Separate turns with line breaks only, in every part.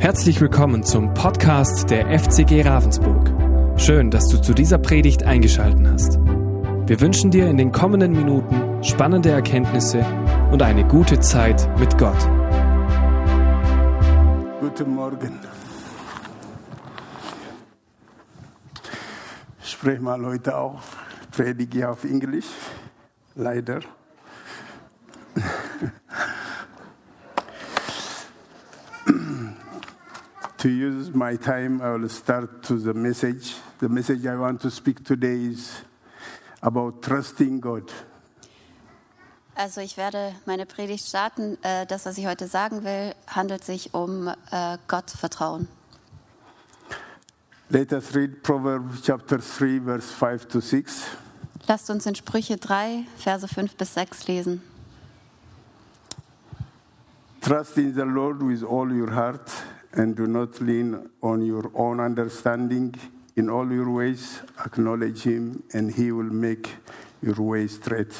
Herzlich willkommen zum Podcast der FCG Ravensburg. Schön, dass du zu dieser Predigt eingeschalten hast. Wir wünschen dir in den kommenden Minuten spannende Erkenntnisse und eine gute Zeit mit Gott.
Guten Morgen. Ich spreche mal heute auf, predige auf Englisch, leider. to use my time, I will start to the message. The message I want to speak today is about trusting God.
Also ich werde meine Predigt starten. Äh, Das, was ich heute sagen will, handelt sich um äh, Gott vertrauen.
Let us read Proverbs chapter 3, verse 5 to 6.
Lasst uns in Sprüche 3, Verse 5 bis 6 lesen.
Trust in the Lord with all your heart and do not lean on your own understanding. In all your ways, acknowledge Him, and He will make your way straight.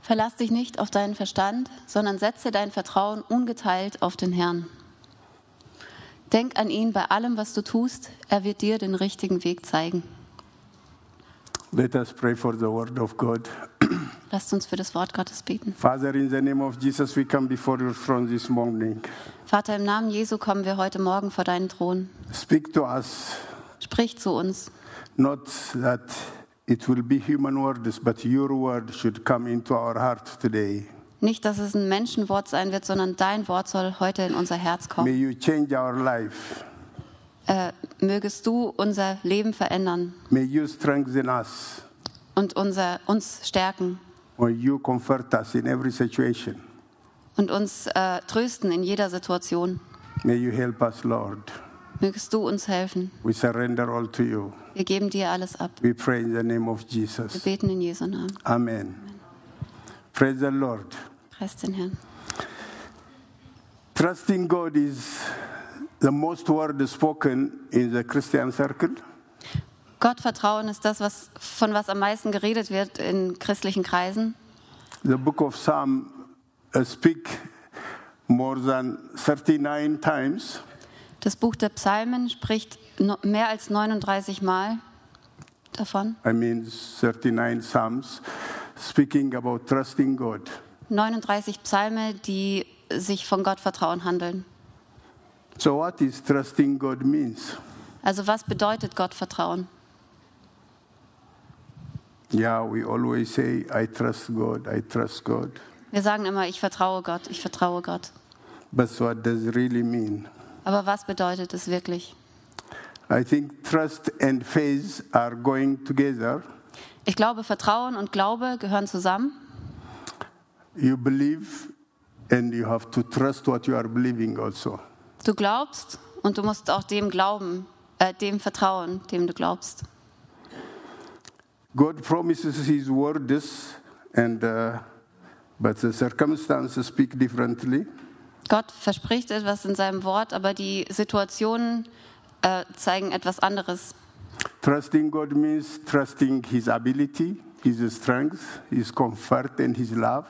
Verlass dich nicht auf deinen Verstand, sondern setze dein Vertrauen ungeteilt auf den Herrn. Denk an ihn bei allem, was du tust. Er wird dir den richtigen Weg zeigen.
Let us pray for the word of God.
Lasst uns für das Wort Gottes beten.
Father, in the name of Jesus, we come before your throne this morning.
Vater, im Namen Jesu kommen wir heute Morgen vor deinen Thron.
Speak to us,
Sprich zu uns.
not that it will be human words, but your word should come into our heart today.
Nicht, dass es ein Menschenwort sein wird, sondern dein Wort soll heute in unser Herz
May
kommen.
you change our life.
Äh, mögest du unser Leben verändern
May you strengthen us.
und unser, uns stärken
When you comfort us in every situation.
und uns äh, trösten in jeder Situation.
May you help us, Lord.
Mögest du uns helfen.
We surrender all to you.
Wir geben dir alles ab.
We pray in the name of
Wir
Jesus.
beten in Jesu Namen.
Amen. Praise the Lord.
Preist den Herrn.
Trusting God is the most word spoken in the Christian circle.
Gott vertrauen ist das, was, von was am meisten geredet wird in christlichen Kreisen.
The book of Psalm uh, speak more than 39 times.
Das Buch der Psalmen spricht no, mehr als 39 Mal davon.
I mean 39 psalms speaking about trusting God.
39 Psalme, die sich von Gott Vertrauen handeln.
So what is trusting God means?
Also was bedeutet Gott Vertrauen?
Yeah, we always say, I trust God, I trust God.
Wir sagen immer, ich vertraue Gott, ich vertraue Gott.
But what does it really mean?
Aber was bedeutet es wirklich?
I think trust and faith are going together.
Ich glaube, Vertrauen und Glaube gehören zusammen.
You believe and you have to trust what you are believing also.
Du glaubst und du musst auch dem glauben, äh, dem vertrauen, dem du glaubst.
God promises his words and uh, but the circumstances speak differently.
Gott verspricht etwas in seinem Wort, aber die Situationen äh, zeigen etwas anderes.
Trusting God means trusting his ability, his strength, his comfort and his love.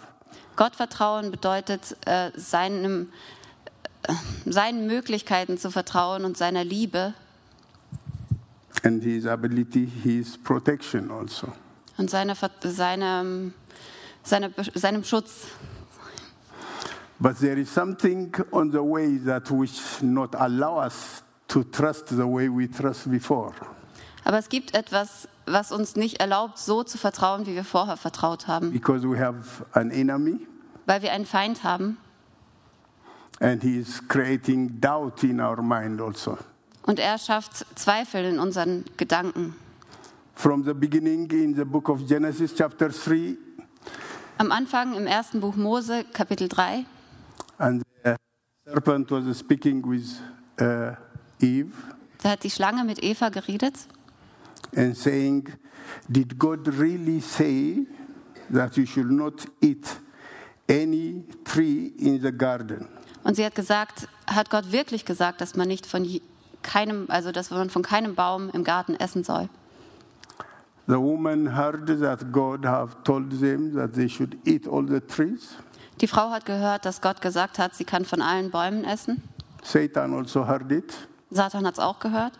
Gott vertrauen bedeutet, äh, seinem, äh, seinen Möglichkeiten zu vertrauen und seiner Liebe
and his ability, his protection also.
und seiner, Ver- seinem, seiner, Besch- seinem Schutz.
But there is something on the way that which not allow us to trust the way we trust before.
Aber es gibt etwas, was uns nicht erlaubt, so zu vertrauen, wie wir vorher vertraut haben,
Because we have an enemy
weil wir einen Feind haben
and he is creating doubt in our mind also.
und er schafft Zweifel in unseren Gedanken.
From the beginning in the book of Genesis chapter 3
Am Anfang im ersten Buch Mose, Kapitel 3,
and the serpent was speaking with uh, Eve
da hat die Schlange mit Eva geredet
and saying, Did God really say that you should not eat any tree in the garden?
und sie hat gesagt, hat Gott wirklich gesagt, dass man nicht von je- keinem, also dass man von keinem Baum im Garten essen soll.
The woman heard that God have told them that they should eat all the trees.
Die Frau hat gehört, dass Gott gesagt hat, sie kann von allen Bäumen essen.
Satan also heard it,
Satan hat es auch gehört,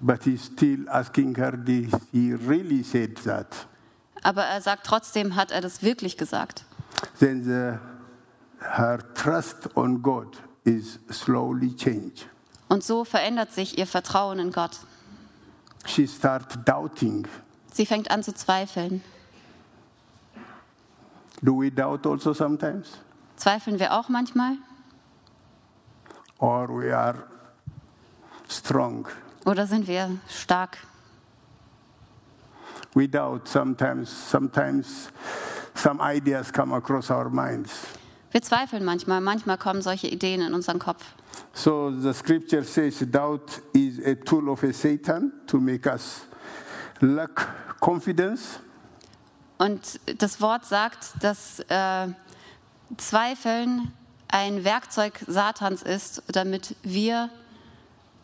but he's still asking her, did he really said that?
aber er sagt trotzdem, hat er das wirklich gesagt.
Then the, her trust on God is slowly changed.
Und so verändert sich ihr Vertrauen in Gott.
She starts doubting.
Sie fängt an zu zweifeln.
Do we doubt also sometimes?
Zweifeln wir auch manchmal?
Or we are strong?
Oder sind wir stark?
We doubt sometimes. Sometimes some ideas come across our minds.
Wir zweifeln manchmal, manchmal kommen solche Ideen in unseren Kopf.
So the scripture says doubt is a tool of a Satan to make us lack confidence.
Und das Wort sagt, dass äh, Zweifeln ein Werkzeug Satans ist, damit wir,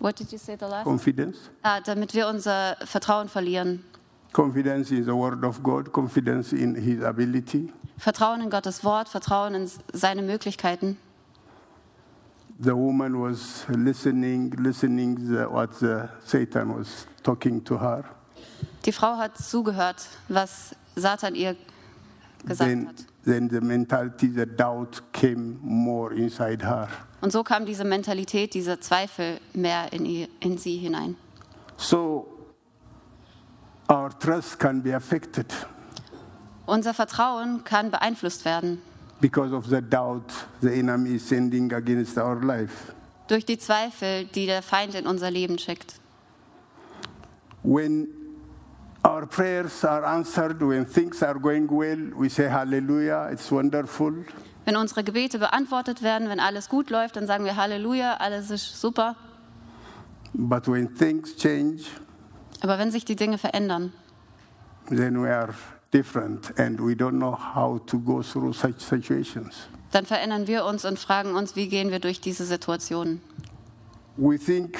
what did you say the
Oh.
last?
Confidence.
Ah, damit wir unser Vertrauen verlieren.
Confidence in the word of God, confidence in his ability.
Vertrauen in Gottes Wort, Vertrauen in seine Möglichkeiten.
The woman was listening, listening the, what the Satan was talking to her.
Die Frau hat zugehört, was Satan ihr gesagt
Then,
hat.
then the mentality, the doubt came more inside her.
Und so kam diese Mentalität, dieser Zweifel mehr in, ihr, in sie hinein.
So our trust can be affected
Unser Vertrauen kann beeinflusst werden
because of the doubt the enemy is sending against our life.
durch die Zweifel, die der Feind in unser Leben schickt.
When our prayers are answered, when things are going well, we say hallelujah, it's wonderful.
Wenn unsere Gebete beantwortet werden, wenn alles gut läuft, dann sagen wir Halleluja, alles ist super.
But when things change,
Aber wenn sich die Dinge verändern,
then we are different and we don't know how to go through such situations.
dann verändern wir uns und fragen uns, wie gehen wir durch diese Situationen.
We think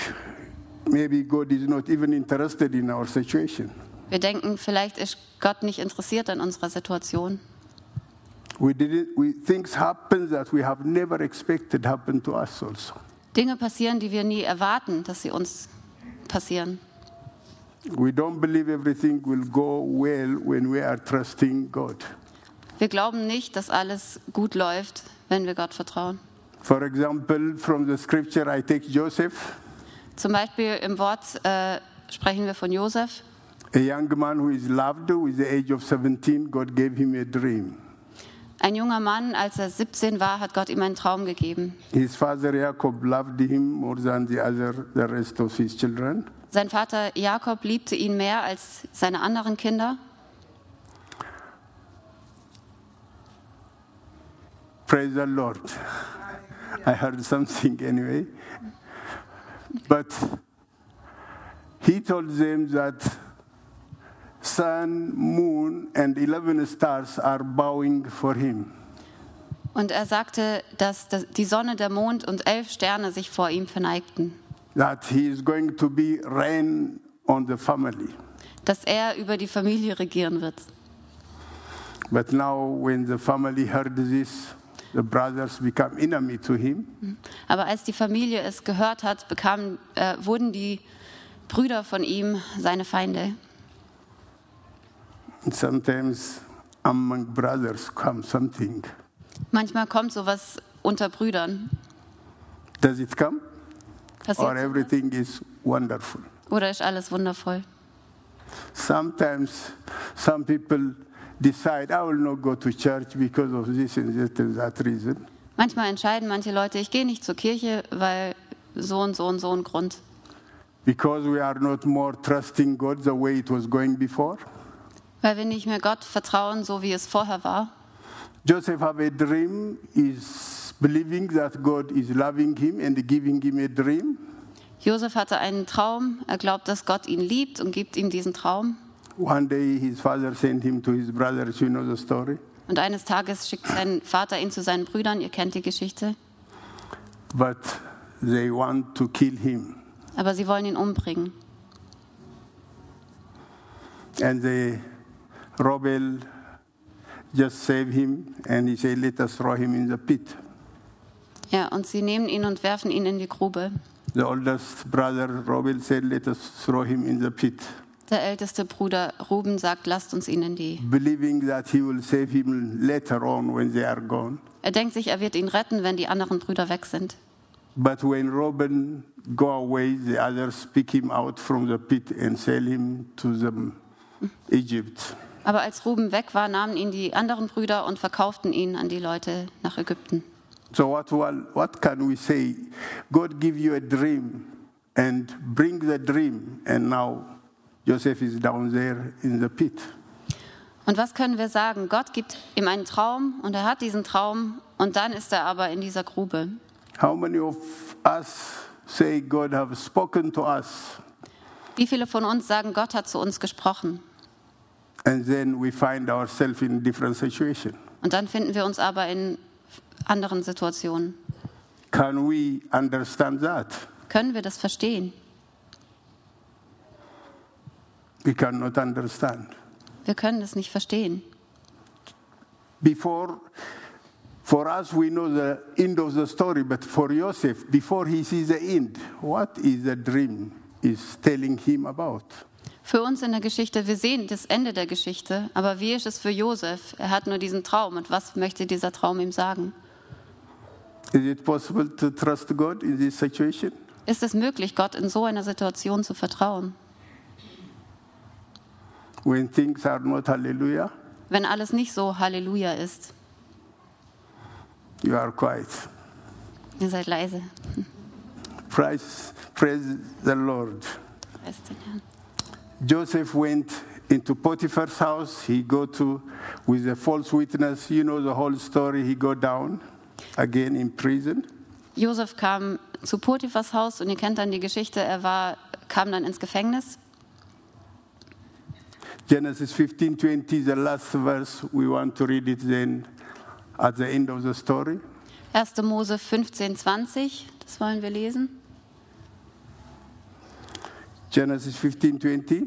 maybe God is not even interested in our situation.
Wir denken, vielleicht ist Gott nicht interessiert an unserer Situation.
We didn't, we, things happen that we have never expected happen to us also.
Dinge passieren, die wir nie erwarten, dass sie uns passieren.
We don't believe everything will go well when we are trusting God.
Wir glauben nicht, dass alles gut läuft, wenn wir Gott vertrauen.
For example, from the scripture, I take Joseph,
Zum Beispiel im Wort äh, sprechen wir von Josef.
a young man who is loved, with the age of 17, God gave him a dream.
Ein junger Mann, als er 17 war, hat Gott ihm einen Traum gegeben.
His father Jacob loved him more than the other, the rest of his children.
Sein Vater Jakob liebte ihn mehr als seine anderen Kinder.
Praise the Lord. I heard something anyway. But he told them that sun, moon, and 11 stars are bowing for him.
Und er sagte, dass das- die Sonne, der Mond und elf Sterne sich vor ihm verneigten.
That he is going to be reign on the family.
Dass er über die Familie regieren wird.
But now, when the family heard this, the brothers become enemy to him.
Aber als die Familie es gehört hat, bekamen, äh, wurden die Brüder von ihm seine Feinde.
Sometimes among brothers come something.
Manchmal kommt sowas unter Brüdern.
Does it come? Or
Passiert
everything is wonderful.
oder ist alles wundervoll?
Sometimes some people decide, I will not go to church because of this and that and that reason.
Manchmal entscheiden manche Leute, ich gehe nicht zur Kirche, weil so und so und so ein Grund.
Because we are not more trusting God the way it was going before.
Weil wir nicht mehr Gott vertrauen, so wie es vorher war.
Joseph have a dream, is believing that God is loving him and giving him a dream.
Josef hatte einen Traum, er glaubt, dass Gott ihn liebt und gibt ihm diesen Traum.
One day his father sent him to his brothers, you know the story.
Und eines Tages schickt sein Vater ihn zu seinen Brüdern, ihr kennt die Geschichte,
But they want to kill him.
aber sie wollen ihn umbringen.
And the rebel just saved him, and he said, Let us throw him in the pit.
Ja, und sie nehmen ihn und werfen ihn in die Grube.
The oldest brother, Robin, said, Let us throw him in the pit,
Der älteste Bruder Ruben sagt, lasst uns ihn in die.
believing that he will save him later on when they are gone.
Er denkt sich, er wird ihn retten, wenn die anderen Brüder weg sind.
But when Robin go away, the others pick him out from the pit and sell him to them, Egypt.
Aber als Ruben weg war, nahmen ihn die anderen Brüder und verkauften ihn an die Leute nach Ägypten.
So what, will- what can we say? God give you a dream and bring the dream, and now Joseph is down there in the pit.
Und was können wir sagen? Gott gibt ihm einen Traum und er hat diesen Traum und dann ist er aber in dieser Grube.
How many of us say God have spoken to us,
Wie viele von uns sagen, Gott hat zu uns gesprochen?
and then we find ourselves in different situation?
Und dann finden wir uns aber in anderen Situationen.
Can we understand that?
Können wir das verstehen?
We cannot understand.
Wir können das nicht verstehen.
Before, for us, we know the end of the story, but for Joseph, before he sees the end, what is the dream is telling him about?
Für uns in der Geschichte, wir sehen das Ende der Geschichte, aber wie ist es für Josef? Er hat nur diesen Traum und was möchte dieser Traum ihm sagen?
Is it possible to trust God in this situation?
Ist es möglich, Gott in so einer Situation zu vertrauen?
When things are not hallelujah,
Wenn alles nicht so Halleluja ist,
you are quiet.
ihr seid leise.
Praise, praise the Lord.
Preist den Herrn.
Joseph went into Potiphar's house. He go to with a false witness. You know the whole story. He go down again in prison.
Josef kam zu Potiphas Haus und ihr kennt dann die Geschichte, er war, kam dann ins Gefängnis.
Genesis 15 20, the last verse, we want to read it then at the end of the story.
1. Mose 15, 20, das wollen wir lesen.
Genesis 15 20.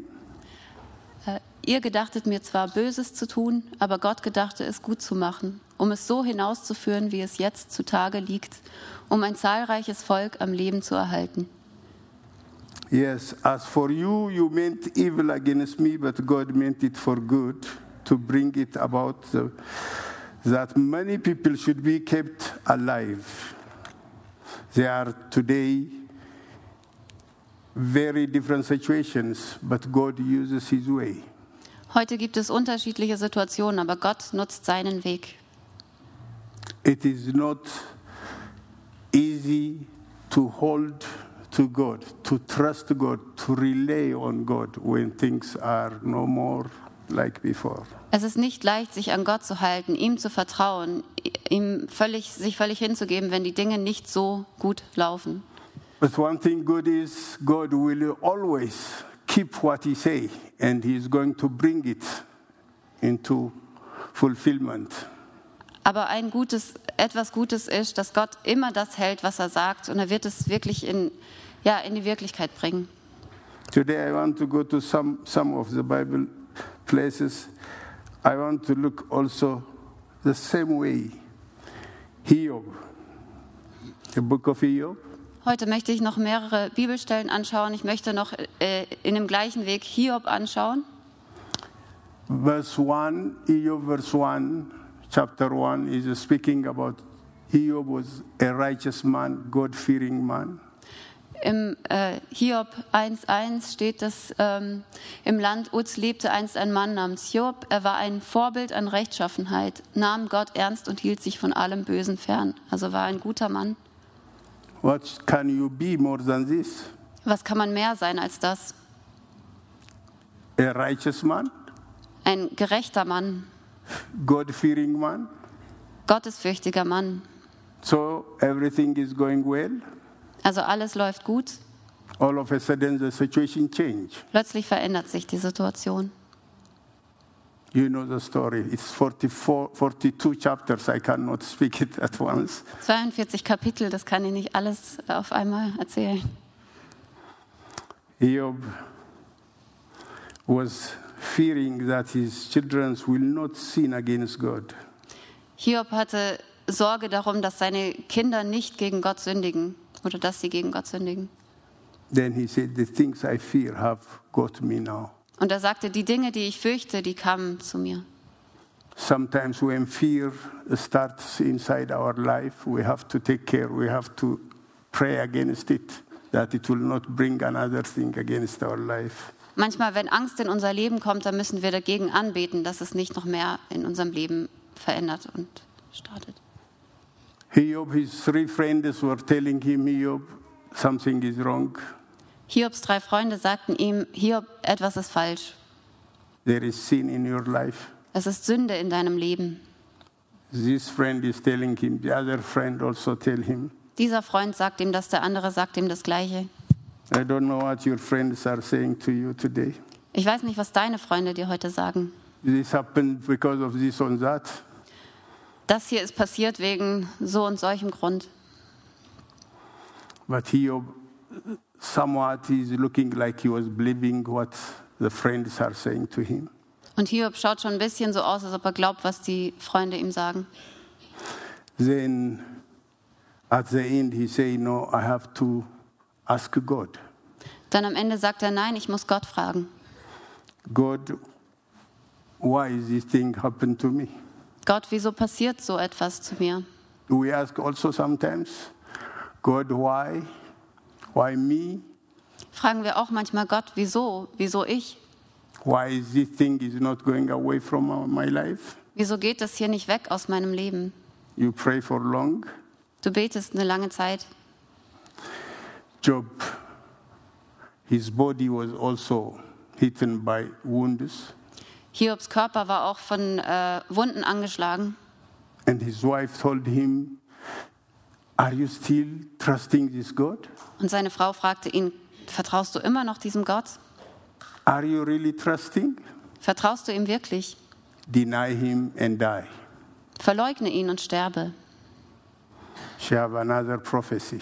Äh, Ihr gedachtet mir zwar Böses zu tun, aber Gott gedachte es gut zu machen, um es so hinauszuführen, wie es jetzt zutage liegt, um ein zahlreiches Volk am Leben zu erhalten.
Yes, as for you, you meant evil against me, but God meant it for good to bring it about the, that many people should be kept alive. They are today very different situations, but God uses His way.
Heute gibt es unterschiedliche Situationen, aber Gott nutzt seinen Weg.
it is not easy to hold to God, to trust God, to rely on God when things are no more like before.
Es ist nicht leicht, sich an Gott zu halten, ihm zu vertrauen, ihm völlig, sich völlig hinzugeben, wenn die Dinge nicht so gut laufen.
But one thing good is God will always keep what he say and he is going to bring it into fulfillment.
Aber ein gutes, etwas Gutes ist, dass Gott immer das hält, was er sagt, und er wird es wirklich in, ja, in die Wirklichkeit bringen.
Today I want to go to some, some of the Bible places. I want to look also the same way. Hiob, the book of Hiob.
Heute möchte ich noch mehrere Bibelstellen anschauen. Ich möchte noch äh, in dem gleichen Weg Hiob anschauen.
Verse 1, Eob verse 1, chapter 1 is speaking about Eob was a righteous man, God fearing man.
Im äh, Hiob 1.1 steht, dass ähm, im Land Uz lebte einst ein Mann namens Hiob. Er war ein Vorbild an Rechtschaffenheit, nahm Gott ernst und hielt sich von allem Bösen fern. Also war ein guter Mann.
What can you be more than this?
Was kann man mehr sein als das?
A righteous man,
Ein gerechter Mann,
God fearing man.
gottesfürchtiger Mann.
So everything is going well.
Also alles läuft gut.
All of a sudden the situation changed.
Plötzlich verändert sich die Situation.
You know the story. It's 44, 42 chapters. I cannot speak it at once.
42 Kapitel, das kann ich nicht alles auf einmal erzählen.
Job was fearing that his children will not sin against God.
Hiob hatte Sorge darum, dass seine Kinder nicht gegen Gott sündigen oder dass sie gegen Gott sündigen.
Then he said, The things I fear have got me now.
Und er sagte, die Dinge, die ich fürchte, die kamen zu mir.
Sometimes when fear starts inside our life, we have to take care, we have to pray against it, that it will not bring another thing against our life.
Manchmal, wenn Angst in unser Leben kommt, dann müssen wir dagegen anbeten, dass es nicht noch mehr in unserem Leben verändert und startet.
Hiob, his three friends were telling him, Hiob, something is wrong.
Hiobs drei Freunde sagten ihm, Hiob, etwas ist falsch.
There is sin in your life.
Es ist Sünde in deinem Leben.
This friend is telling him, the other friend also tell him.
Dieser Freund sagt ihm das, der andere sagt ihm das Gleiche.
I don't know what your friends are saying to you today.
Ich weiß nicht, was deine Freunde dir heute sagen.
This happened because of this or that.
Das hier ist passiert wegen so und solchem Grund.
But Hiob somewhat is looking like he was believing what the friends are saying to him.
Und Hiob schaut schon ein bisschen so aus, als ob er glaubt, was die Freunde ihm sagen.
Then at the end he say, No, I have to ask God.
Dann am Ende sagt er, nein, ich muss Gott fragen.
God, why is this thing happened to me?
Gott, wieso passiert so etwas zu mir?
We ask also sometimes, God, why? Why me?
Fragen wir auch manchmal Gott, wieso? Wieso ich?
Why is this thing is not going away from my- my life?
Wieso geht das hier nicht weg aus meinem Leben?
You pray for long.
Du betest eine lange Zeit.
Job, his body was also hidden by wounds,
Hiobs Körper war auch von äh, Wunden angeschlagen.
and his wife told him, Are you still trusting this God?
Und seine Frau fragte ihn, vertraust du immer noch diesem Gott?
Are you really trusting?
Vertraust du ihm wirklich?
Deny him and die.
Verleugne ihn und sterbe.
She have another prophecy.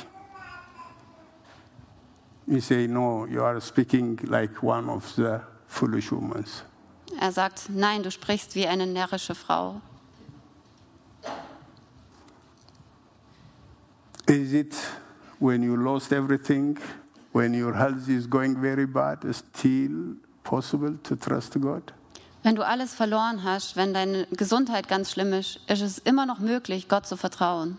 You say, No, you are speaking like one of the foolish women.
Er sagt, nein, du sprichst wie eine närrische Frau.
Is it when you lost everything, when your health is going very bad, still possible to trust God?
Wenn du alles verloren hast, wenn deine Gesundheit ganz schlimm ist, ist es immer noch möglich, Gott zu vertrauen.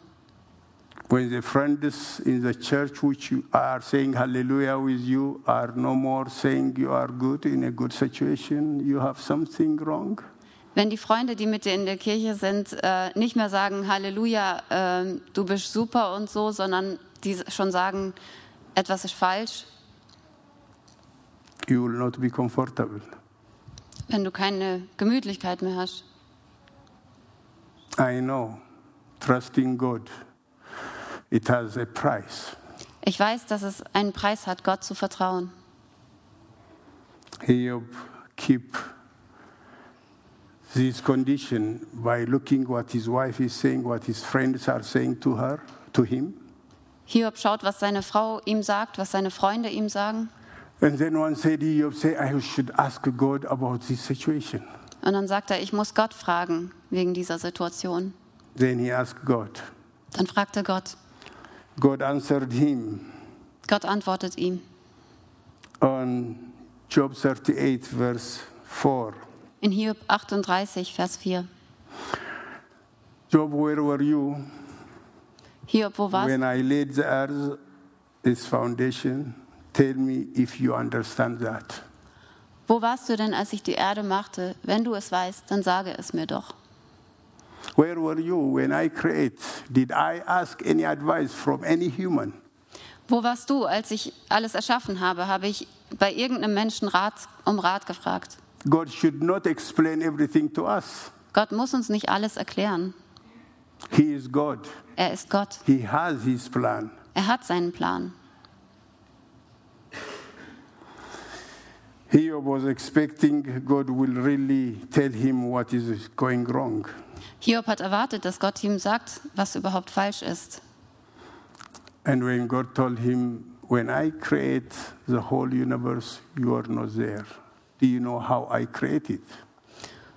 When the friends in the church which you are saying hallelujah with you are no more saying you are good in a good situation, you have something wrong?
Wenn die Freunde, die mit dir in der Kirche sind, äh, nicht mehr sagen, Halleluja, ähm, du bist super und so, sondern die schon sagen, etwas ist falsch,
You will not be comfortable.
wenn du keine Gemütlichkeit mehr hast.
I know trusting God, it has a price.
Ich weiß, dass es einen Preis hat, Gott zu vertrauen.
Hiob keep this condition by looking what his wife is saying, what his friends are saying to her, to him.
Hiob schaut, was seine Frau ihm sagt, was seine Freunde ihm sagen.
And then one said, Hiob said, I should ask God about this situation.
Und dann sagt er, ich muss Gott fragen wegen dieser Situation.
Then he asked God.
Dann fragt er Gott.
God answered him
Gott antwortet ihm.
on Job 38, verse 4.
In Hiob 38, Vers 4.
Job, where were you
Hiob, wo warst
When I laid the earth, its foundation, tell me if you understand that.
Wo warst du denn, als ich die Erde machte? Wenn du es weißt, dann sage es mir doch.
Where were you when I create? Did I ask any advice from any human?
Wo warst du, als ich alles erschaffen habe? Habe ich bei irgendeinem Menschen Rat, um Rat gefragt?
God should not explain everything to us.
Gott muss uns nicht alles erklären.
He is God.
Er ist Gott.
He has his plan.
Er hat seinen Plan.
Hiob was expecting God will really tell him what is going wrong.
Hiob hat erwartet, dass Gott ihm sagt, was überhaupt falsch ist.
And when God told him, When I create the whole universe, you are not there. Do you know how I create it?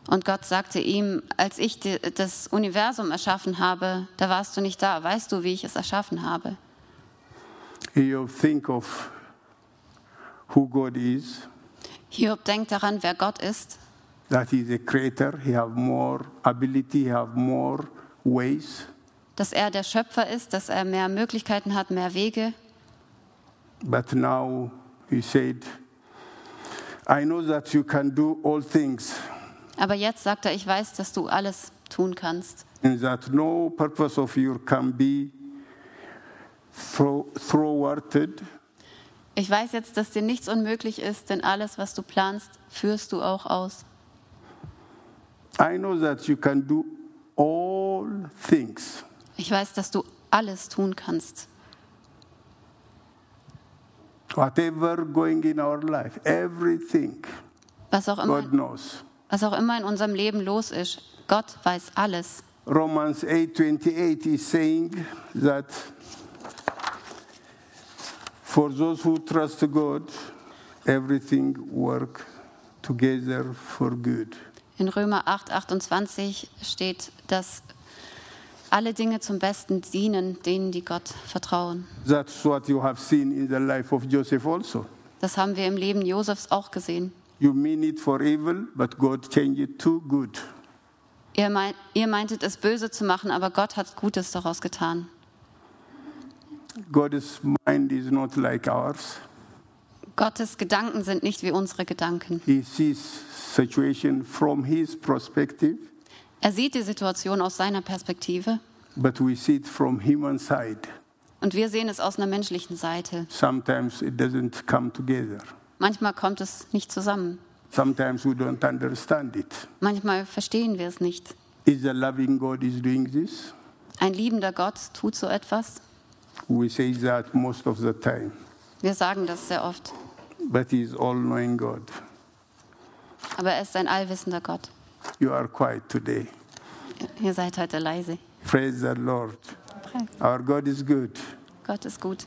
Und Gott sagte ihm, als ich di- das Universum erschaffen habe, da warst du nicht da. Weißt du, wie ich es erschaffen habe?
Eob, think of who God is.
Hiob denkt daran, wer Gott ist.
That He is a creator. He have more ability. He have more ways.
dass er der Schöpfer ist, dass er mehr Möglichkeiten hat, mehr Wege.
But now He said, "I know that you can do all things,
Aber jetzt sagt er, ich weiß, dass du alles tun kannst
and that no purpose of yours can be thro- thwarted."
Ich weiß jetzt, dass dir nichts unmöglich ist, denn alles, was du planst, führst du auch aus.
I know that you can do all things.
Ich weiß, dass du alles tun kannst.
Whatever going in our life, everything,
Was auch immer,
God knows.
was auch immer in unserem Leben los ist, Gott weiß alles.
Romans 8:28 is saying that for those who trust God, everything work together for good.
In Römer 8, 28 steht, dass alle Dinge zum Besten dienen, denen, die Gott vertrauen.
That's what you have seen in the life of Joseph also.
Das haben wir im Leben Josefs auch gesehen.
You mean it for evil, but God changed it to good.
Ihr, meint, ihr meintet es böse zu machen, aber Gott hat Gutes daraus getan.
God's mind is not like ours.
Gottes Gedanken sind nicht wie unsere Gedanken.
He sees situation from his perspective,
Er sieht die Situation aus seiner Perspektive
but we see it from human side.
und wir sehen es aus einer menschlichen Seite.
Sometimes it doesn't come together.
Manchmal kommt es nicht zusammen.
Sometimes we don't understand it.
Manchmal verstehen wir es nicht.
Is a loving God is doing this?
Ein liebender Gott tut so etwas.
We say that most of the time,
Wir sagen das sehr oft.
but he's all-knowing God.
Aber er ist ein allwissender Gott.
You are quiet today.
Ihr seid heute leise.
Praise the Lord. Our God is good.
Gott ist gut.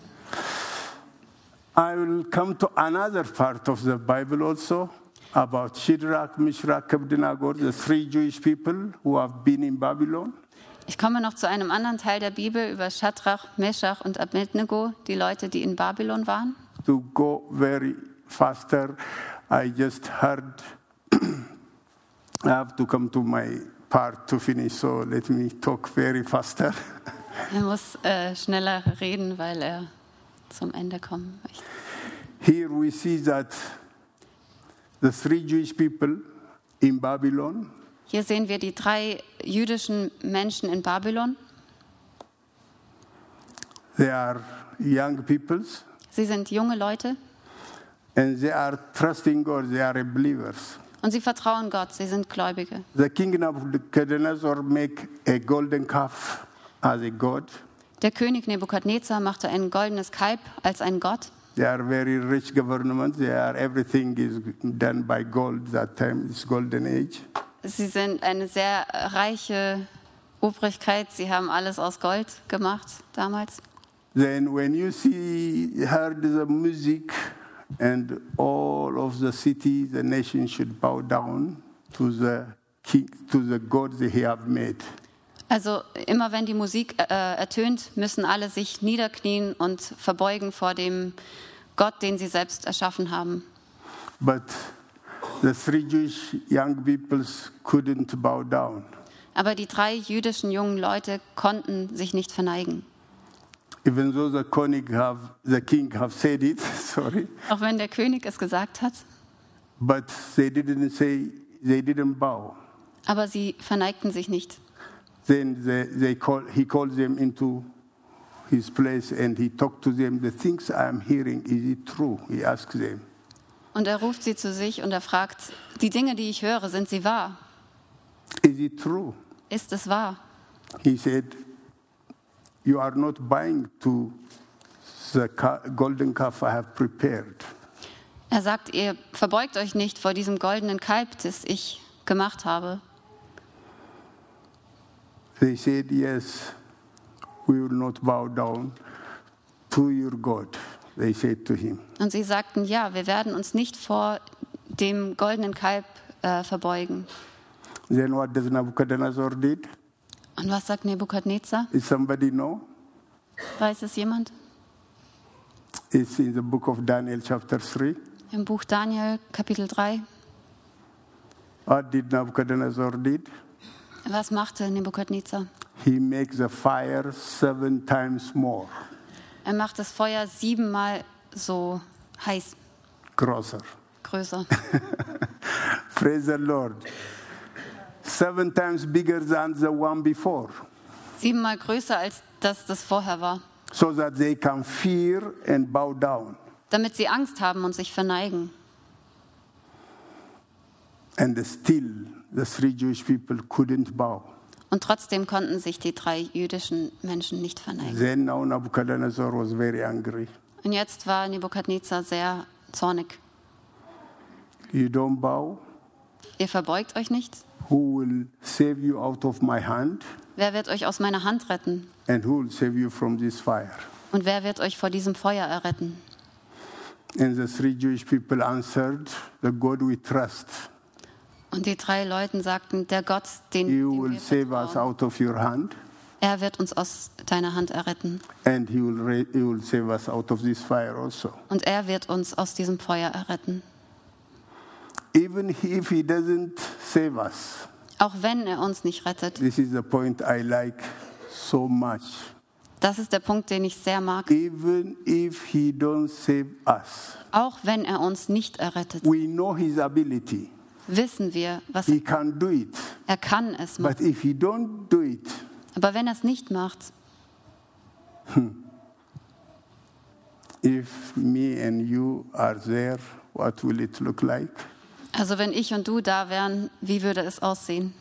I will come to another part of the Bible also about Shadrach, Meshach, Abednego, the three Jewish people who have been in Babylon.
Ich komme noch zu einem anderen Teil der Bibel über Shadrach, Meshach und Abednego, die Leute, die in Babylon waren.
To go very faster, I just heard. I have to come to my part to finish, so let me talk very faster.
Er muss äh, schneller reden, weil er zum Ende kommen möchte.
Here we see that the three Jewish people in Babylon
Hier sehen wir die drei jüdischen Menschen in Babylon.
they are young peoples
Sie sind junge Leute
and they are trusting God, they are believers.
und sie vertrauen Gott, sie sind Gläubige.
The king Nebuchadnezzar make a golden calf as a god.
Der König Nebukadnezar machte ein goldenes Kalb als ein Gott.
They are very rich government. They are everything is done by gold. That time is golden age.
Sie sind eine sehr äh, reiche Obrigkeit, sie haben alles aus Gold gemacht damals.
Then when you see heard the music, and all of the city, the nation should bow down to the king, to the god that he have made.
Also immer wenn die Musik äh, ertönt, müssen alle sich niederknien und verbeugen vor dem Gott, den sie selbst erschaffen haben.
But the three Jewish young peoples couldn't bow down.
Aber die drei jüdischen jungen Leute konnten sich nicht verneigen.
even though the king have the king have said it sorry
Auch wenn der König es gesagt hat,
but they didn't say they didn't bow
aber sie verneigten sich nicht.
then they, they call, he called them into his place and he talked to them the things i am hearing is it true he asked them
Und er ruft sie zu sich und er fragt, die Dinge, die ich höre, sind sie wahr?
is it true
Ist es wahr?
he said you are not buying to the ca- golden calf i have prepared
Er sagt, ihr verbeugt euch nicht vor diesem goldenen Kalb, das ich gemacht habe.
they said yes we will not bow down to your god they said to him
Und sie sagten, ja, wir werden uns nicht vor dem goldenen Kalb äh, verbeugen.
Then what does Nebuchadnezzar did?
Und was sagt Nebukadnezar?
Is somebody know?
Weiß es jemand?
It's in the book of Daniel chapter 3.
Im Buch Daniel Kapitel 3.
What did Nebuchadnezzar did?
Was machte Nebukadnezar?
He makes the fire seven times more,
Er macht das Feuer siebenmal so heiß,
grosser.
größer.
Praise the Lord. Seven times bigger than the one before,
Siebenmal größer, als das das vorher war.
so that they can fear and bow down
Damit sie Angst haben und sich verneigen.
And still, the three Jewish people couldn't bow.
Und trotzdem konnten sich die drei jüdischen Menschen nicht verneigen.
Then now Nebuchadnezzar was very angry.
Und jetzt war Nebukadnezar sehr zornig.
You don't bow?
Ihr verbeugt euch nicht?
Who will save you out of my hand?
Wer wird euch aus meiner Hand retten?
And who will save you from this fire?
Und wer wird euch vor diesem Feuer erretten?
And the three Jewish people answered, The God we trust,
Und die drei Leuten sagten, der Gott, den
He
dem
will
wir
save us
vertrauen,
out of your hand,
er wird uns aus deiner Hand erretten.
and He will, ra- he will save us out of this fire also.
Und er wird uns aus diesem Feuer erretten.
Even if He doesn't save us,
Auch wenn er uns nicht rettet.
this is the point I like so much.
Das ist der Punkt, den ich sehr mag.
even if he don't save us
Auch wenn er uns nicht errettet,
we know his ability
wissen wir, was
he can do it
er kann es machen.
but if he don't do it
Aber wenn er es nicht macht,
if me and you are there what will it look like
also wenn ich und du da wären, wie würde es aussehen?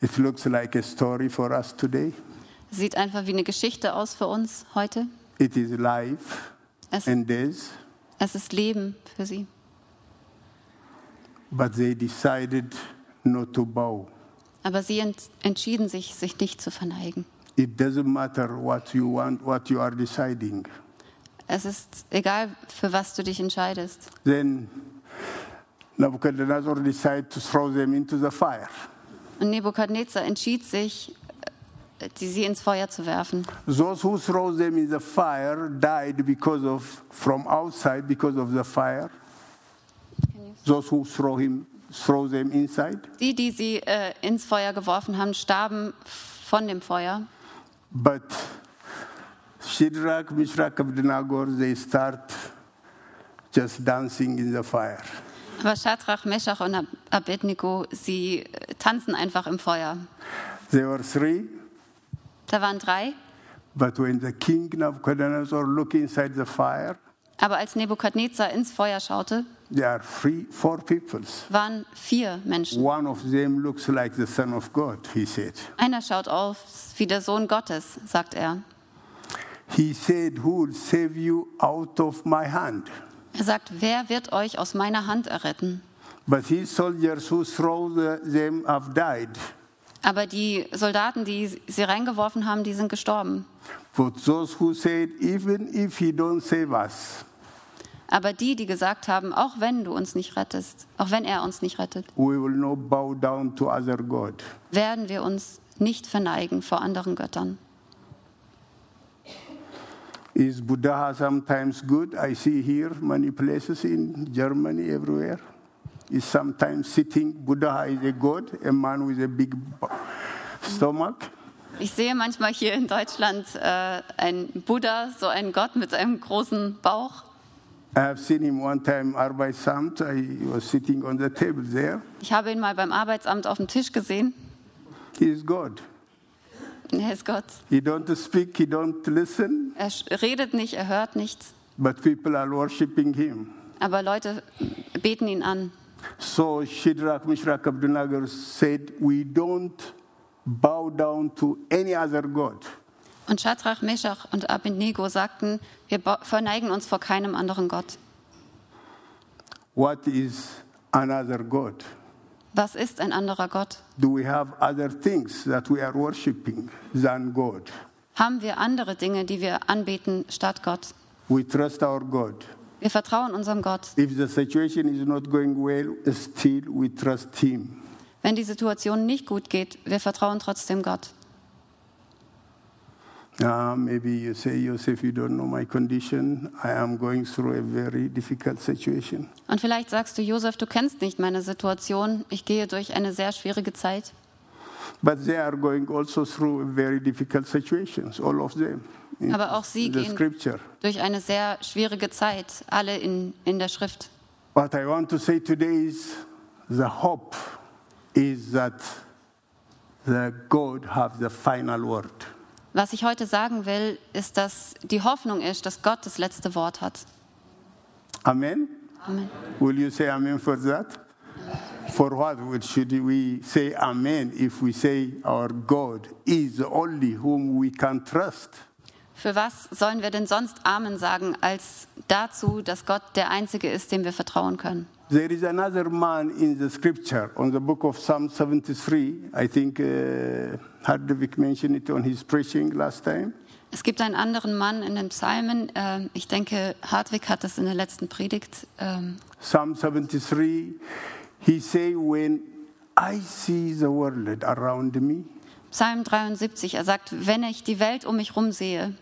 it looks like a story for us today
Sieht einfach wie eine Geschichte aus für uns heute.
it is life
Es,
and death
es ist Leben für sie.
but they decided not to bow
Aber sie ent entschieden sich, sich nicht zu verneigen.
it doesn't matter what you want what you are deciding
Es ist egal, für was du dich entscheidest.
then Nebuchadnezzar decided to throw them into the fire
Und Nebukadnezar entschied sich, äh, die, sie ins Feuer zu werfen.
Those who throw them in the fire died because of from outside because of the fire. Those who throw him throw them inside.
Die, die sie äh, ins Feuer geworfen haben, starben von dem Feuer.
But Shadrach, Meshach, Abednego, they start just dancing in the fire.
Aber Shadrach, Meshach und Ab- Abednego, sie äh, tanzen einfach im Feuer.
There were three,
Da waren drei,
but when the king Nebuchadnezzar look inside the fire,
aber als Nebukadnezar ins Feuer schaute,
there are three, four peoples.
waren vier Menschen.
One of them looks like the son of God, he said.
Einer schaut aus wie der Sohn Gottes, sagt er.
He said, Who will save you out of my hand?
Er sagt, wer wird euch aus meiner Hand erretten?
But his soldiers who throw the, them have died.
Aber die Soldaten, die sie reingeworfen haben, die sind gestorben.
But those who said, Even if he don't save us,
Aber die, die gesagt haben, auch wenn du uns nicht rettest, auch wenn er uns nicht rettet,
we will not bow down to other God.
werden wir uns nicht verneigen vor anderen Göttern.
Is Buddha sometimes good? I see here many places in Germany, everywhere. Is sometimes sitting. Buddha is a god, a man with a big b- stomach.
Ich sehe manchmal hier in Deutschland äh, einen Buddha, so einen Gott mit einem großen Bauch.
I have seen him one time, Arbeitsamt. I was sitting on the table there.
Ich habe ihn mal beim Arbeitsamt auf dem Tisch gesehen.
He is God.
Er ist Gott.
He don't speak, he don't listen,
Er sch- redet nicht, er hört nichts,
but people are worshiping him.
aber Leute beten ihn an.
So Shadrach, Meshach, Abednego said, "We don't bow down to any other god."
Und Shadrach, Meshach und Abednego sagten, wir ba- verneigen uns vor keinem anderen Gott.
What is another god?
Was ist ein anderer Gott?
Do we have other things that we are worshiping than God?
Haben wir andere Dinge, die wir anbeten statt Gott?
We trust our God.
Wir vertrauen unserem Gott.
If the situation is not going well, still we trust Him.
Wenn die Situation nicht gut geht, wir vertrauen trotzdem Gott.
Uh, maybe you say, Joseph, you don't know my condition. I am going through a very difficult situation.
Und vielleicht sagst du, Josef, du kennst nicht meine Situation. Ich gehe durch eine sehr schwierige Zeit.
But they are going also through very difficult situations, all of them. in
Aber auch sie
the
gehen-
scripture.
Durch eine sehr schwierige Zeit, alle in, in der Schrift.
What I want to say today is the hope is that the God have the final word.
Was ich heute sagen will, ist, dass die Hoffnung ist, dass Gott das letzte Wort hat.
Amen?
Amen.
Will you say amen for that? For what would- should we say amen if we say our God is the only whom we can trust?
Für was sollen wir denn sonst Amen sagen, als dazu, dass Gott der Einzige ist, dem wir vertrauen können?
There is another man in the scripture on the book of Psalm 73. I think uh, Hardwick mentioned it on his preaching last time.
Es gibt einen anderen Mann in den Psalmen. ähm, Ich denke, Hartwig hat das in der letzten Predigt. ähm,
Psalm 73, he say, when I see the world around me,
Psalm 73. Er sagt, wenn ich die Welt um mich herum sehe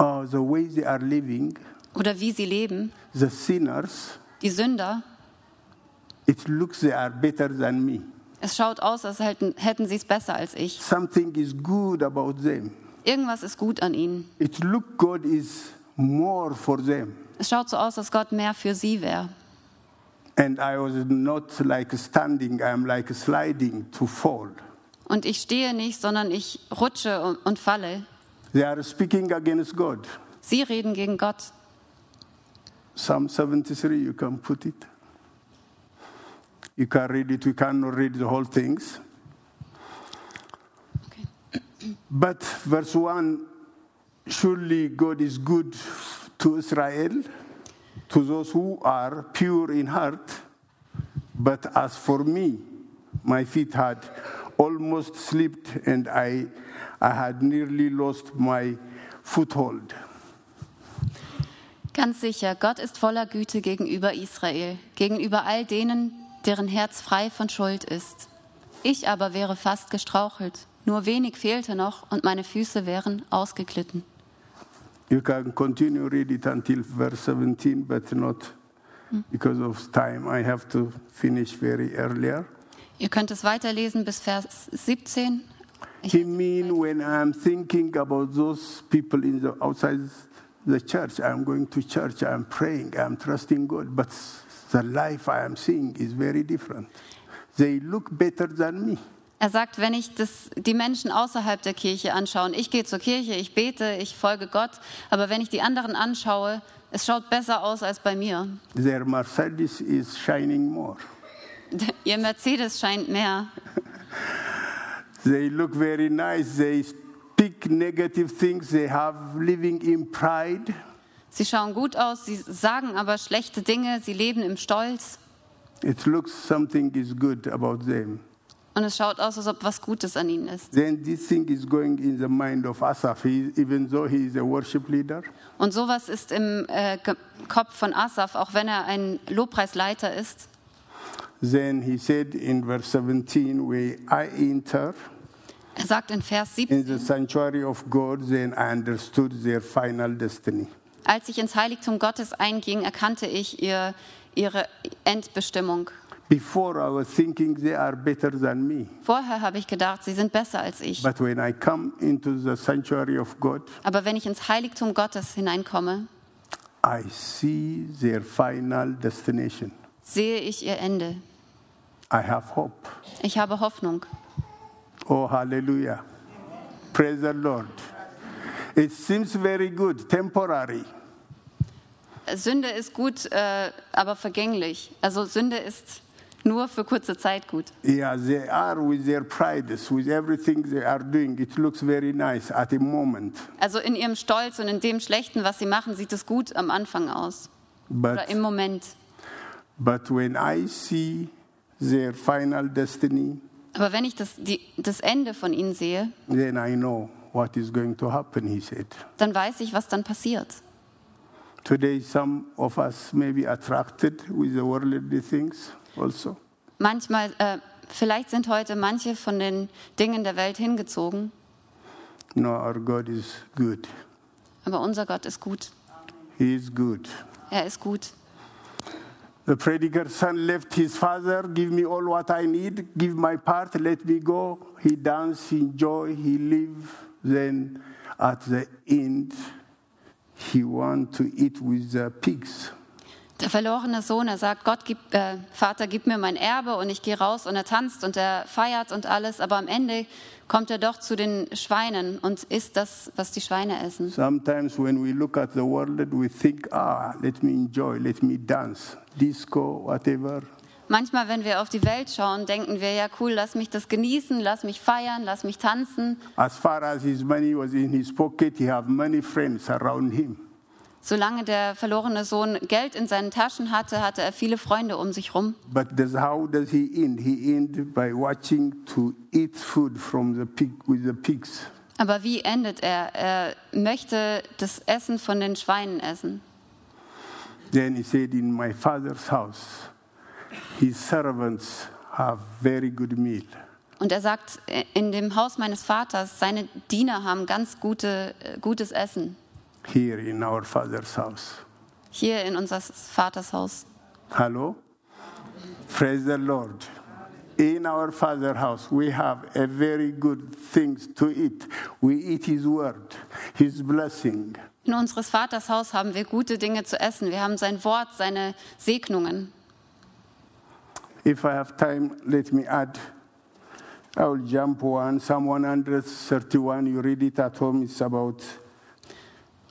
uh, the way they are living,
oder wie sie leben,
the sinners,
die Sünder,
it looks they are better than me.
es schaut aus, als hätten, hätten sie es besser als ich.
Something is good about them.
Irgendwas ist gut an ihnen.
It look God is more for them.
Es schaut so aus, als Gott mehr für sie wäre.
And I was not like standing, I am like sliding to fall.
Und ich stehe nicht, sondern ich rutsche und- und falle.
They are speaking against God.
Sie reden gegen Gott.
Psalm 73, you can put it. You can read it, we cannot read the whole things.
Okay.
But verse 1 surely God is good to Israel, to those who are pure in heart. But as for me, my feet had almost slipped and I, I had nearly lost my foothold.
Ganz sicher, Gott ist voller Güte gegenüber Israel, gegenüber all denen, deren Herz frei von Schuld ist. Ich aber wäre fast gestrauchelt. Nur wenig fehlte noch und meine Füße wären ausgeglitten.
You can continue read it until verse 17, but not because of time. I have to finish very earlier.
Ihr könnt es weiterlesen bis Vers 17. Ich,
He mean when I'm thinking about those people in the outside the church, I'm going to church, I'm praying, I'm trusting God, but the life I am seeing is very different. They look better than me.
er sagt, wenn ich das, die Menschen außerhalb der Kirche anschaue, und ich gehe zur Kirche, ich bete, ich folge Gott, aber wenn ich die anderen anschaue, es schaut besser aus als bei mir.
Their Mercedes is shining more.
Ihr Mercedes scheint mehr.
They look very nice. They speak negative things. They have living in pride.
Sie schauen gut aus, sie sagen aber schlechte Dinge, sie leben im Stolz
It looks something is good about them.
und es schaut aus, als ob was Gutes an ihnen ist.
Then this thing is going in the mind of Asaph, he, even though he is a worship leader.
Und sowas ist im äh, Ge- Kopf von Asaf, auch wenn er ein Lobpreisleiter ist.
Then he said in verse 17, Where I enter
Er sagt in Vers 7,
in the sanctuary of God, then I understood their final destiny.
als ich ins Heiligtum Gottes einging, erkannte ich ihr, ihre Endbestimmung.
Before I was thinking they are better than me.
Vorher habe ich gedacht, sie sind besser als ich.
But when I come into the sanctuary of God,
Aber wenn ich ins Heiligtum Gottes hineinkomme,
I see their final destination.
sehe ich ihr Ende.
I have hope.
Ich habe Hoffnung.
Oh, hallelujah. Praise the Lord. It seems very good, temporary.
Sünde ist gut, äh, aber vergänglich. Also Sünde ist nur für kurze Zeit gut.
Yeah, they are with their prides, with everything they are doing. It looks very nice at the moment.
Also in ihrem Stolz und in dem Schlechten, was sie machen, sieht es gut am Anfang aus oder
But,
im Moment.
but when I see their final destiny,
Aber wenn ich das, die, das Ende von ihnen sehe,
then I know what is going to happen, he said.
dann weiß ich, was dann passiert.
Today, some of us may be attracted with the worldly things also.
Manchmal, äh, vielleicht sind heute manche von den Dingen der Welt hingezogen,
No, our God is good.
aber unser Gott ist gut.
He is good.
Er ist gut.
The prodigal son left his father, give me all what I need, give my part, let me go. He danced, he enjoyed, he lived. Then at the end, he want to eat with the pigs.
Der verlorene Sohn, er sagt, Gott, gib, äh, Vater, gib mir mein Erbe und ich gehe raus und er tanzt und er feiert und alles, aber am Ende kommt er doch zu den Schweinen und isst das, was die Schweine essen.
Sometimes when we look at the world, we think, ah, let me enjoy, let me dance, disco, whatever.
Manchmal, wenn wir auf die Welt schauen, denken wir, ja cool, lass mich das genießen, lass mich feiern, lass mich tanzen.
As far as his money was in his pocket, he have many friends around him.
Solange der verlorene Sohn Geld in seinen Taschen hatte, hatte er viele Freunde um sich rum.
But does, how does he end? He end by watching to eat food from the pig with the pigs.
Aber wie endet er? Er möchte das Essen von den Schweinen essen.
Then he said, "In my father's house, his servants have very good meal."
Und er sagt, in dem Haus meines Vaters, seine Diener haben ganz gute, äh, gutes Essen.
Here in our father's house.
Hier in unseres Vaters Haus.
Hello. Praise the Lord. In our father's house, we have a very good things to eat. We eat his word, his blessing.
In unseres Vaters Haus haben wir gute Dinge zu essen. Wir haben sein Wort, seine Segnungen.
If I have time, let me add. I will jump one. Psalm 131, you read it at home, it's about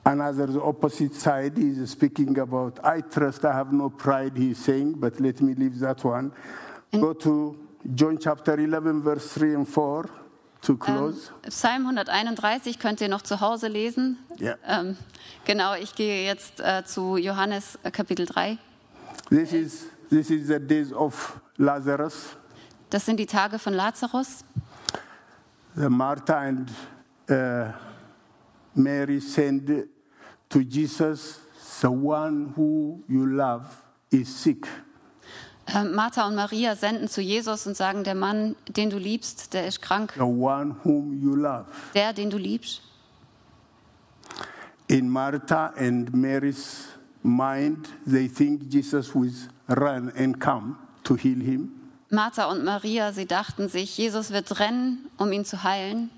another, the opposite side is speaking about, I trust, I have no pride, he's saying, but let me leave that one. Go to John chapter 11, verse 3 and 4 to close.
Ähm, Psalm 131 könnt ihr noch zu Hause lesen.
Ja.
Ähm, genau, ich gehe jetzt äh, zu Johannes äh, Kapitel 3.
this, is, this is the days of Lazarus,
Das sind die Tage von Lazarus.
the Martha and uh, Mary said to Jesus, "The one who you love is sick."
Äh, Martha und Maria senden zu Jesus und sagen, der Mann, den du liebst, der ist krank.
The one whom you love.
Der, den du liebst.
In Martha and Mary's mind, they think Jesus will run and come to heal him.
Martha und Maria, sie dachten sich, Jesus wird rennen, um ihn zu heilen.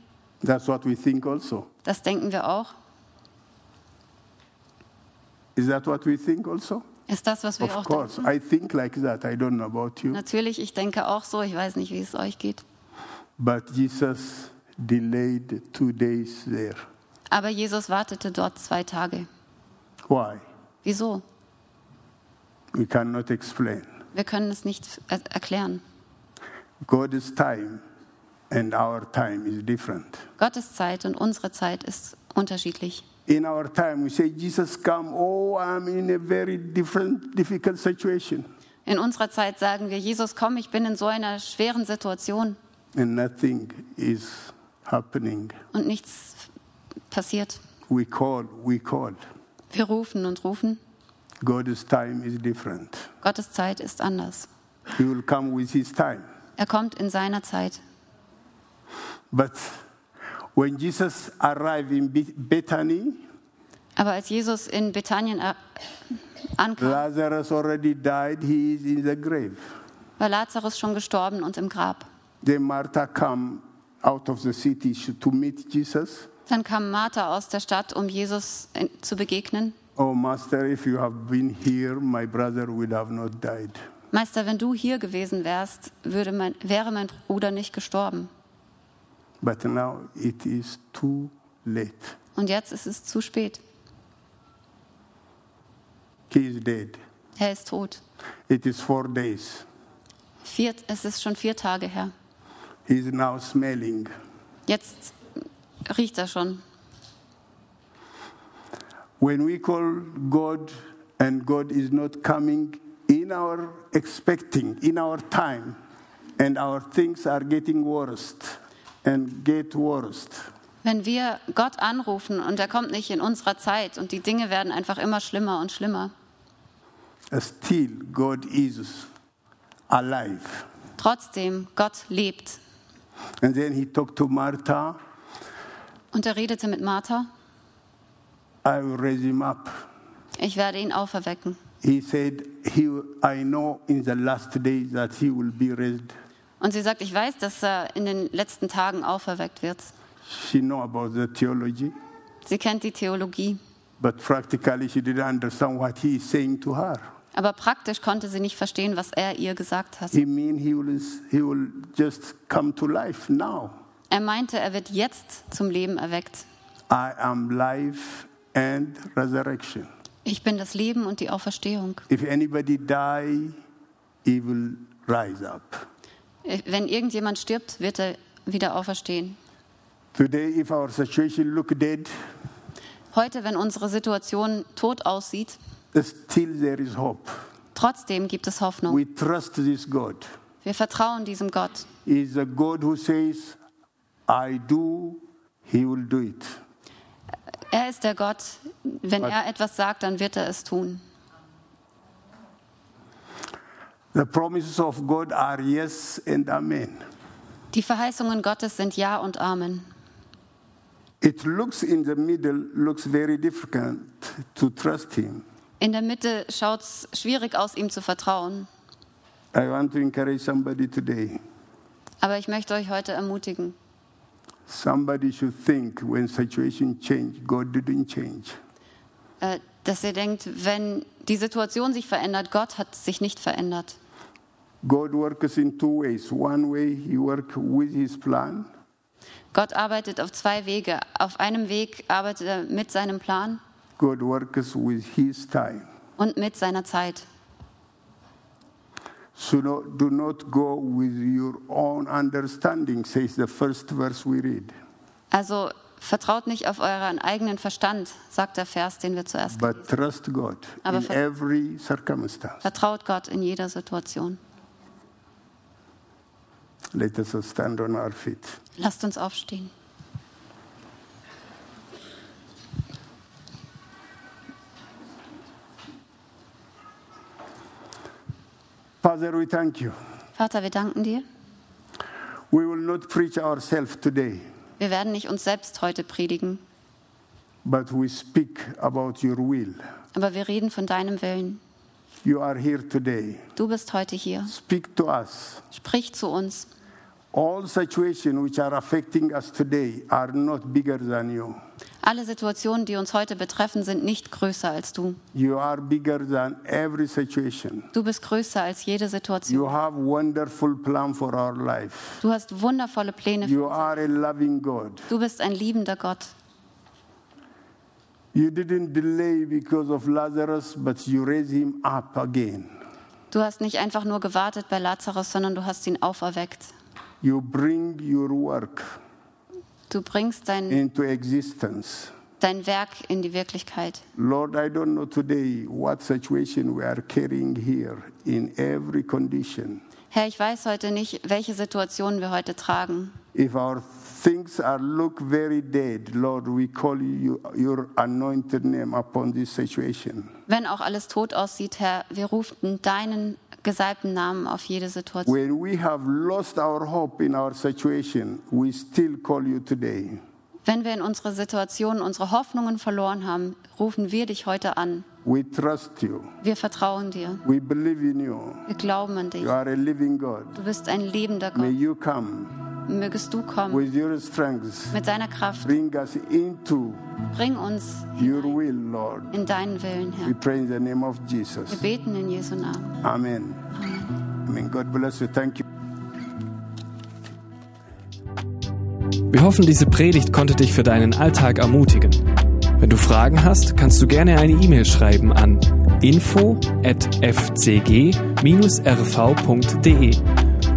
That's what we think also.
Das denken wir auch.
Is that what we think also?
Ist das, was wir auch
Of course.
denken?
I think like that. I don't know about you.
Natürlich, ich denke auch so. Ich weiß nicht, wie es euch geht.
But Jesus delayed two days there.
Aber Jesus wartete dort zwei Tage.
Why?
Wieso?
We cannot explain.
Wir können es nicht er erklären.
God's time and our time is different.
Gottes Zeit und unsere Zeit ist unterschiedlich.
In our time, we say, Jesus, come. Oh, I'm in a very different, difficult situation.
In unserer Zeit sagen wir, Jesus, komm, ich bin in so einer schweren Situation
And nothing is happening.
und nichts passiert.
We call, we call.
Wir rufen und rufen.
God's time is different.
Gottes Zeit ist anders.
He will come with his time.
Er kommt in seiner Zeit.
But when Jesus arrived in Beth- Bethany,
Aber als Jesus in Bethanien a- ankam,
Lazarus already died. He is in the grave.
war Lazarus schon gestorben und im Grab.
Then Martha come out of the city to meet Jesus.
Dann kam Martha aus der Stadt, um Jesus äh, zu begegnen.
Oh, Master, if you have been here, my brother would have not died.
Meister, wenn du hier gewesen wärst, würde mein, wäre mein Bruder nicht gestorben.
But now it is too late.
Und jetzt ist es zu spät.
He is dead.
Er ist tot.
It is four days.
Vier, es ist schon vier Tage her.
He is now smelling.
Jetzt riecht er schon.
When we call God and God is not coming in our expecting, in our time, and our things are getting worse and get worse.
Wenn wir Gott anrufen und er kommt nicht in unserer Zeit und die Dinge werden einfach immer schlimmer und schlimmer,
Still, God is alive.
Trotzdem, Gott lebt.
And then he talked to Martha,
Und er redete mit Martha,
I will raise him up.
ich werde ihn auferwecken.
He said, he, will- I know in the last days that he will be raised.
Und sie sagt, ich weiß, dass er in den letzten Tagen auferweckt wird.
She know about the theology,
Sie kennt die Theologie,
but practically she didn't understand what he is saying to her.
aber praktisch konnte sie nicht verstehen, was er ihr gesagt hat.
He mean he will, he will just come to life now.
Er meinte, er wird jetzt zum Leben erweckt.
I am life and resurrection.
Ich bin das Leben und die Auferstehung.
If anybody die, he will rise up.
Wenn irgendjemand stirbt, wird er wieder auferstehen.
Today, if our situation look dead,
Heute, wenn unsere Situation tot aussieht,
still there is hope.
trotzdem gibt es Hoffnung.
We trust this God.
Wir vertrauen diesem Gott.
He is a God who says, I do, he will do it.
Er ist der Gott, wenn er etwas sagt, dann wird er es tun.
The promises of God are yes and amen.
Die Verheißungen Gottes sind Ja und Amen.
It looks in the middle, looks very difficult to trust him.
In der Mitte schaut es schwierig aus, ihm zu vertrauen.
I want to encourage somebody today.
Aber ich möchte euch heute ermutigen.
Somebody should think when situation changed, God didn't change.
äh, dass ihr denkt, wenn die Situation sich verändert, Gott hat sich nicht verändert.
God works in two ways. One way, He works with His plan,
Gott arbeitet auf zwei Wege. Auf einem Weg arbeitet er mit seinem Plan
God works with His time.
und mit seiner Zeit.
So no, do not go with your own understanding, says the first verse we read,
Also vertraut nicht auf euren eigenen Verstand, sagt der Vers, den wir zuerst gelesen
but trust God
Aber
in
ver-
every
haben.
circumstance.
Vertraut Gott in jeder Situation.
Let us stand on our feet.
Lasst uns aufstehen.
Father, we thank you.
Vater, wir danken dir.
We will not preach ourselves today,
Wir werden nicht uns selbst heute predigen,
but we speak about your will.
aber wir reden von deinem Willen.
You are here today.
Du bist heute hier.
Speak to us.
Sprich zu uns.
All situations which are affecting us today are not bigger than you.
Alle Situationen, die uns heute betreffen, sind nicht größer als du.
You are bigger than every situation.
Du bist größer als jede Situation.
You have wonderful plan for our life.
Du hast wundervolle Pläne.
You are a loving God.
Du bist ein liebender Gott.
You didn't delay because of Lazarus, but you raised him up again.
Du hast nicht einfach nur gewartet bei Lazarus, sondern du hast ihn auferweckt.
You bring your work
Du bringst dein,
into existence.
dein Werk in die Wirklichkeit.
Lord, I don't know today what situation we are carrying here in every condition.
Herr, ich weiß heute nicht, welche Situationen wir heute tragen.
If our things are look very dead, Lord, we call you, your anointed name upon this situation.
Wenn auch alles tot aussieht, Herr, wir rufen deinen gesalbten Namen auf jede Situation.
When we have lost our hope in our situation, we still call you today.
Wenn wir in unserer Situation unsere Hoffnungen verloren haben, rufen wir dich heute an.
We trust you.
Wir vertrauen dir.
We believe in you.
Wir glauben an dich.
You are a living God.
Du bist ein lebender
May
Gott.
you come
Mögest du kommen
with your strength.
mit deiner Kraft.
Bring us into
Bring uns
your will, Lord.
in deinen Willen,
We
Herr.
pray in the name of
Wir
Jesus.
beten in Jesu Namen.
Amen. Amen. God bless you. Thank you.
Wir hoffen, diese Predigt konnte dich für deinen Alltag ermutigen. Wenn du Fragen hast, kannst du gerne eine E-Mail schreiben an info@fcg-rv.de e